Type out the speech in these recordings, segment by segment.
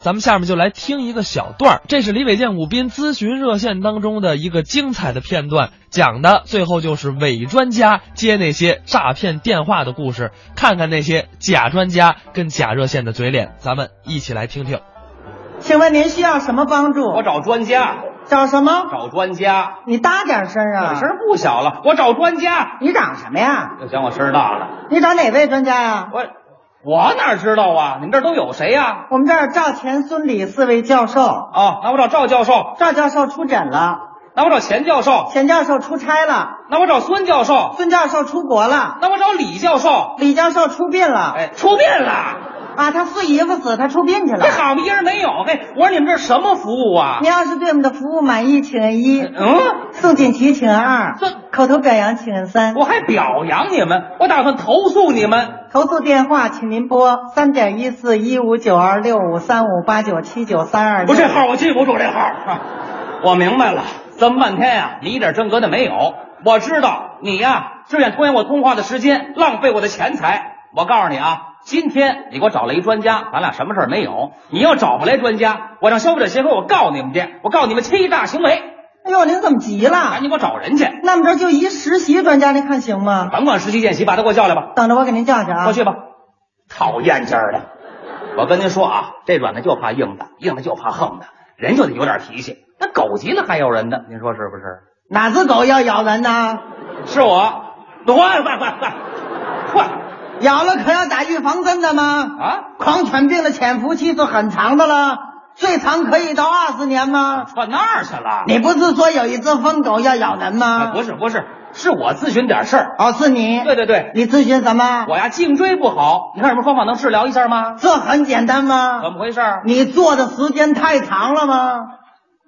咱们下面就来听一个小段儿，这是李伟健武斌咨询热线当中的一个精彩的片段，讲的最后就是伪专家接那些诈骗电话的故事，看看那些假专家跟假热线的嘴脸，咱们一起来听听。请问您需要什么帮助？我找专家，找什么？找专家，你大点声啊！我声儿不小了，我找专家，你长什么呀？又嫌我声儿大了，你找哪位专家呀？我我哪知道啊？你们这儿都有谁呀、我们这儿赵钱孙李四位教授，哦，那我找赵教授，赵教授出诊了，那我找钱教授，钱教授出差了，那我找孙教授，孙教授出国了，那我找李教授，李教授出殡了。哎，出殡了，啊，他四姨夫死，他出殡去了这。好嘛一人没有。嘿，我说你们这儿什么服务啊？您要是对我们的服务满意，请摁一；嗯，宋锦旗请摁二这，口头表扬请摁三。我还表扬你们，我打算投诉你们。投诉电话，请您拨三点一四一五九二六五三五八九七九三二不六。是这号我记不住这号。啊我明白了，这么半天呀、你一点正格的没有。我知道你呀、志愿拖延我通话的时间，浪费我的钱财。我告诉你啊，今天你给我找了一专家，咱俩什么事儿没有。你要找不来专家，我让消费者协会我告你们去，我告你们欺诈行为，哎呦，您怎么急赶了？紧给我找人去。那么着就一实习专家，您看行吗？甭管实习见习，把他给我叫来吧。等着我给您叫去啊快！去吧。讨厌劲儿的，我跟您说啊，这软的就怕硬的，硬的就怕横的，人就得有点脾气。那狗急了还咬人呢，您说是不是？哪只狗要咬人呢？是我，快快快快快咬了可要打预防针的吗？啊！狂犬病的潜伏期是很长的了，最长可以到二十年吗？窜啊那儿去了？你不是说有一只疯狗要咬人啊吗？不是不是，是我咨询点事儿。哦，是你。对对对，你咨询什么？我呀颈椎不好，你看有什么方法能治疗一下吗？这很简单怎吗？么回事儿？你坐的时间太长了吗？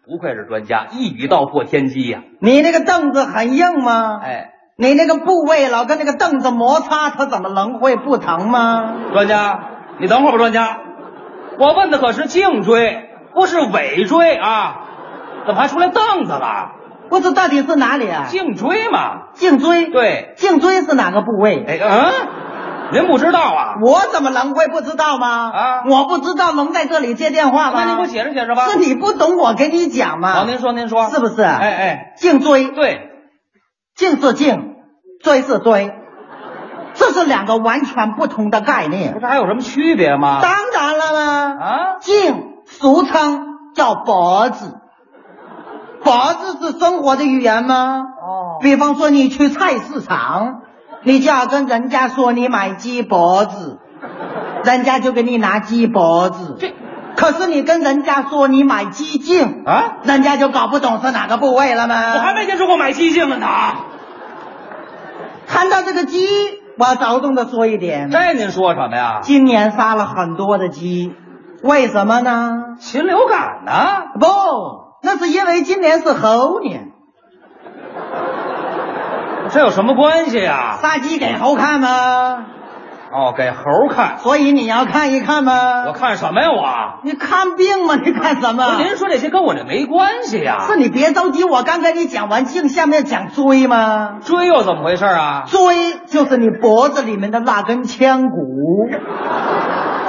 不愧是专家，一语道破天机呀、你那个凳子很硬吗？哎，你那个部位老跟那个凳子摩擦，它怎么能会不疼吗？专家，你等会儿吧，专家，我问的可是颈椎，不是尾椎啊，怎么还出来凳子了？不是，到底是哪里啊？颈椎嘛，颈椎。，对，颈椎是哪个部位？哎嗯，您不知道啊？我怎么能会不知道吗？啊我不知道能在这里接电话吗？那您给我解释解释吧。是你不懂我跟你讲好，吗？您说您说，是不是？哎哎，颈椎，对，颈是颈，椎是椎，这是两个完全不同的概不念。是还有什么区别吗？当然了啦。啊，颈俗称叫脖子，脖子是生活的语言吗？哦比方说你去菜市场，你就要跟人家说你买鸡脖子，人家就给你拿鸡脖子。这可是你跟人家说你买鸡颈，啊，人家就搞不懂是哪个部位了吗？我还没接触过买鸡精的呢。谈到这个鸡，我要着重的说一点，这您说什么呀？今年杀了很多的鸡，为什么呢？禽流感呢、啊不，那是因为今年是猴年，这有什么关系呀、杀鸡给猴看吗？哦，给猴儿看，所以你要看一看我吗？看什么呀我？你看病吗？你看什不么是？您说这些跟我这没关系呀、是你别着急，我刚跟你讲完颈，下面讲椎吗？追又怎么回事啊？椎就是你脖子里面的那根腔骨，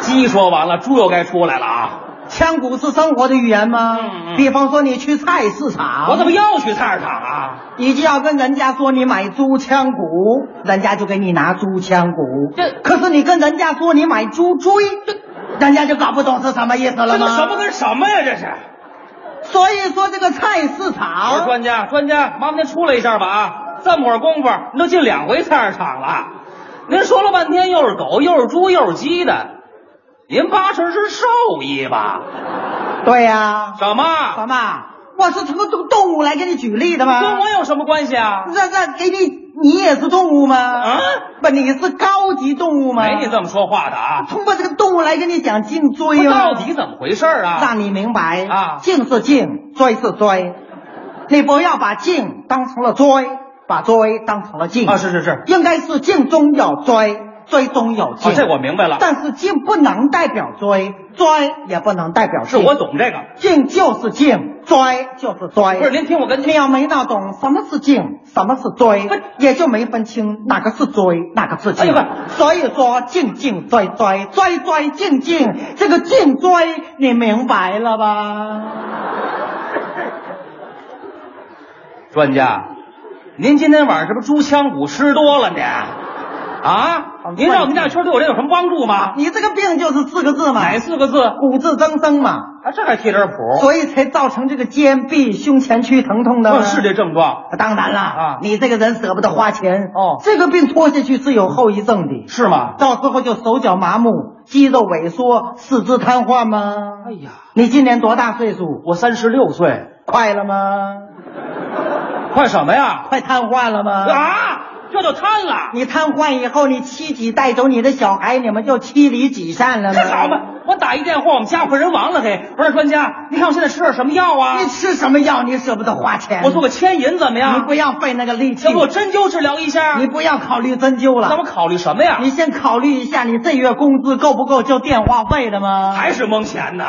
鸡说完了，猪又该出来了啊！腔骨是生活的语言吗？嗯嗯比方说你去菜市我怎场，么又去菜市场啊？你就要跟人家说你买猪腔骨，人家就给你拿猪腔骨。这可是你跟人家说你买猪椎，人家就搞不懂是什么意思这了都吗？什么跟什么呀？这是！所以说这个菜市我说场，专家，专家，麻烦哎您出来一下吧啊！这么会儿功夫，您都进两回菜市场了。您说了半天，又是狗，又是猪，又是鸡的，您八成是兽医吧？对呀、什么什么？我是通过动动物来给你举例的吗？跟我有什么关系啊？这这给你，你也是动物吗？啊，不，你是高级动物吗？没你这么说话的啊！通过这个动物来跟你讲颈不椎是吗到底怎么回事儿啊？让你明白啊颈是颈，椎是椎，你不要把颈当成了椎，把椎当成了颈啊，是是是，应该是颈中有椎，追踪有哦进，，这我明白了，但是进不能代表追，追也不能代表是进。我懂这个。进就是进，追就是追。不是您听我跟你要没闹懂什么是进，什么是追不是，也就没分清哪个是追，哪个是进。哎呀所以说进进追追，追追进进，这个进追你明白了吧？专家，您今天晚上是不是猪腔骨吃多了呢？啊，您绕您大圈对我这有什么帮助吗？你这个病就是四个字嘛，哪四个字？骨质增生嘛，啊，这还贴点谱？所以才造成这个肩臂、胸前区疼痛的嘛。哦是这症状当然啦，啊你这个人舍不得花钱哦这个病拖下去是有后遗症的，是吗？啊到时候就手脚麻木、肌肉萎缩、四肢瘫痪吗？哎呀，你今年多大岁数？我三十六岁，快了吗？快什么呀？快瘫痪了吗？！啊，这就瘫了。你瘫痪以后，你妻子带走你的小孩，你们就妻离子散了吗？这好嘛，我打一电话，我们家快人亡了嘿。不是专家，你看我现在吃点什么药啊你？吃什么药？你舍不得花钱？我做个牵引怎么你样不？要费那个力气要，不我针灸治疗一下？你不要考虑针灸那我了，考虑什么呀？你先考虑一下，你这月工资够不够交电话费的吗？还是蒙钱呢？